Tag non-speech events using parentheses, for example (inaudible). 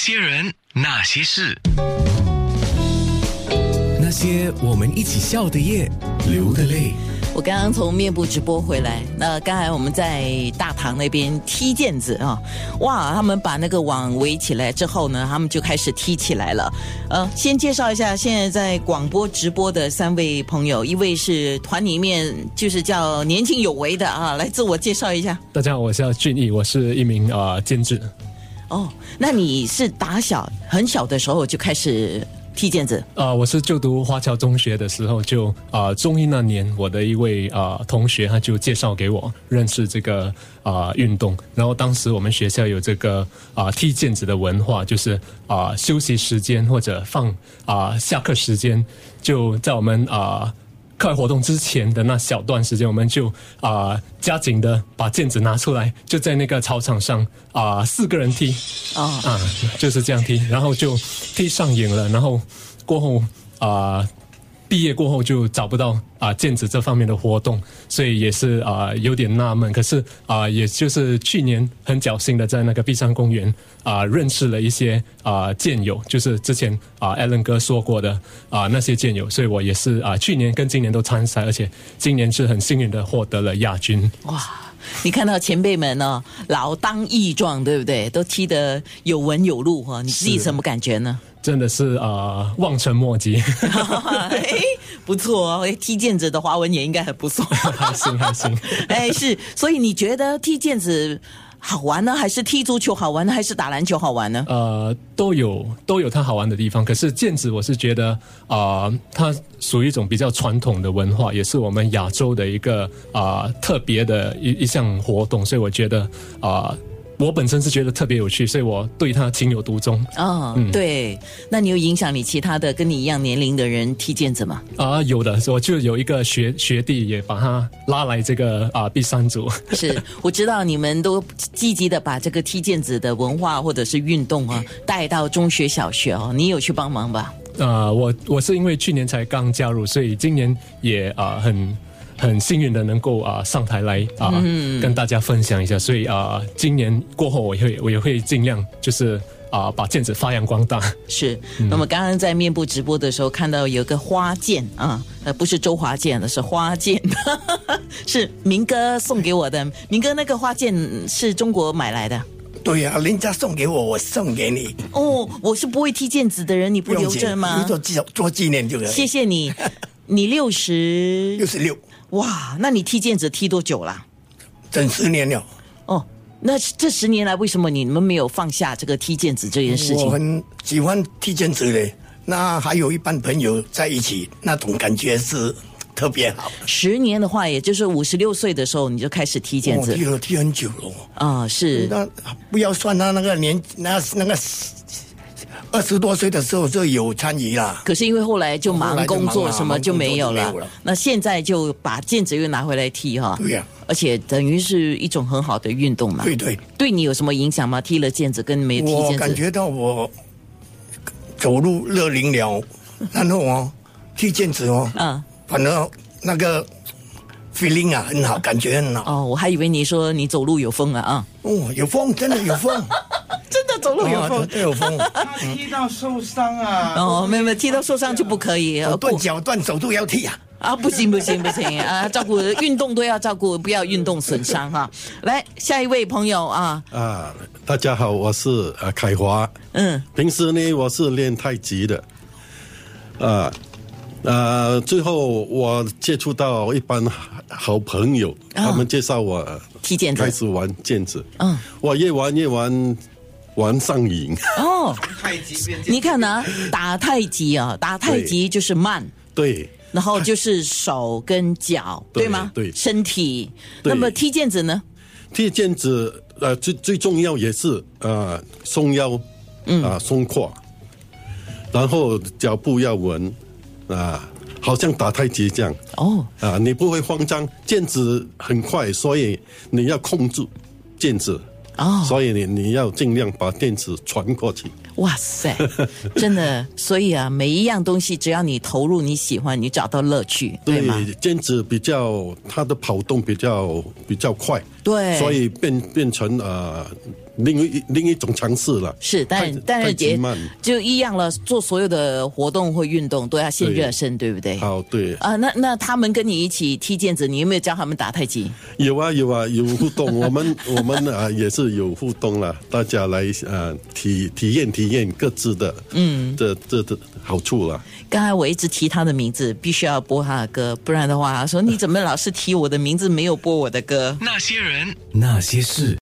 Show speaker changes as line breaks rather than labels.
些人，那些事，
那些我们一起笑的夜，流的泪。
我刚刚从面部直播回来，那刚才我们在大堂那边踢毽子啊，哇，他们把那个网围起来之后呢，他们就开始踢起来了。呃，先介绍一下现在在广播直播的三位朋友，一位是团里面就是叫年轻有为的啊，来自我介绍一下。
大家好，我叫俊逸，我是一名啊监制。
哦，那你是打小很小的时候就开始踢毽子？
啊，我是就读华侨中学的时候就，啊中一那年，我的一位啊、同学他就介绍给我认识这个啊、运动，然后当时我们学校有这个啊、踢毽子的文化，就是啊、休息时间或者放啊、下课时间，就在我们啊。课外活动之前的那小段时间，我们就啊、加紧的把毽子拿出来，就在那个操场上啊、四个人踢，
哦，
啊，就是这样踢，然后就踢上瘾了，然后过后啊、毕业过后就找不到啊毽子这方面的活动，所以也是啊、有点纳闷。可是啊、也就是去年很侥幸的在那个碧山公园啊、认识了一些啊毽、友，就是之前啊 Allen 哥说过的啊、那些毽友，所以我也是啊、去年跟今年都参赛，而且今年是很幸运的获得了亚军。
哇，你看到前辈们呢、老当益壮，对不对？都踢得有文有路哦哈、你自己
是
什么感觉呢？
真的是啊、望尘莫及， (laughs)
哎，不错哦，哎踢毽子的华文也应该很不错。 (laughs)
还行还行。
哎，是，所以你觉得踢毽子好玩呢，还是踢足球好玩呢，还是打篮球好玩呢？
呃，都有都有它好玩的地方。可是毽子，我是觉得啊、呃它属于一种比较传统的文化，也是我们亚洲的一个啊、呃特别的一一项活动，所以我觉得啊、呃我本身是觉得特别有趣，所以我对它情有独钟
哦，对，那你有影响你其他的跟你一样年龄的人踢毽子吗？
啊、有的，我就有一个学学弟也把他拉来这个啊、第三组，
(laughs) 是，我知道你们都积极的把这个踢毽子的文化或者是运动啊带到中学、小学哦，你有去帮忙吧？
呃，我我是因为去年才刚加入，所以今年也啊、呃很很幸运的能够啊、呃上台来啊、呃跟大家分享一下，所以啊、呃今年过后我也会我也会尽量就是啊、把毽子发扬光大。
是，那么刚刚在面部直播的时候看到有个花剑啊，呃，不是周华健的，是花剑， (laughs) 是明哥送给我的。明哥那个花剑是中国买来的
对呀、人家送给我，我送给你，
哦，我是不会踢毽子的人，你不留
用
着
钱
吗
你？做纪做纪念就可以。
谢谢你，你六
六
十
十六，
哇，那你踢毽子踢多久啦？
整十年了。
哦，那这十年来为什么你们没有放下这个踢毽子这件事
我
情？
很喜欢踢毽子的，那还有一帮朋友在一起，那种感觉是特别好。
十年的话，也就是五十六岁的时候你就开始踢毽
我
子
哦踢了踢很久了，
啊、是。
那不要算他那个年那那个二十多岁的时候就有参与啦。
可是因为后来就忙工
哦后
作
来就忙了
什么就没有
忙
了
工作就没有了，
那现在就把毽子又拿回来踢哈。
对呀
而且等于是一种很好的运动嘛。
对对，
对你有什么影响吗？踢了毽子跟没踢
我
毽
感
子，
觉到我走入热龄了，然后哦，
(laughs)
踢毽子哦，
嗯，
反正那个 feeling 啊很好，感觉很好。
哦，我还以为你说你走路有风啊啊，
哦，有风，真的有风，
(laughs) 真的走路有
哦
风。
真的
(laughs)
有风，
他踢到受伤啊！
哦，没有没有，踢到受伤就不可以
我
啊，
哦断脚断手都要踢啊。
啊，不行不行不行啊，照顾运动都要照顾，不要运动损伤哈。来，下一位朋友啊，
啊，大家好，我是呃凯华。
嗯，
平时呢，我是练太极的。啊，呃，最后我接触到一帮好朋友，他们介绍我
啊踢毽
开
子
始玩毽子。
嗯，
我越玩越玩玩上瘾。 (laughs)
哦，
太极变
你看呢、打太极啊，打太极就是慢。
对，
然后就是手跟脚，
对
对吗？
对
身体。
对
那么踢毽子呢？
踢毽子呃最最重要也是呃松腰，嗯啊、松胯，然后脚步要稳，啊、好像打太极这样。
哦，
啊，你不会慌张，毽子很快，所以你要控制毽子。
哦
所以你你要尽量把毽子传过去。
哇
(laughs)
塞，真的。所以啊，每一样东西，只要你投入，你喜欢，你找到乐趣，对吗？
毽子比较它的跑动比较比较快，
对
所以变变成呃另一另一种尝试了。
是，但
太
但是
太
姐
急慢
就一样了，做所有的活动或运动都要先
对
热身，对不对？
好，对，
啊，那那他们跟你一起踢毽子，你有没有教他们打太极？
有啊有啊有互动，我们 (laughs) 我们啊也是有互动了，大家来啊体体验体验各自的嗯这这的好处了。
刚才我一直提他的名字，必须要播他的歌，不然的话，他说你怎么老是提我的名字，没有播我的歌？
那些人。
那些事。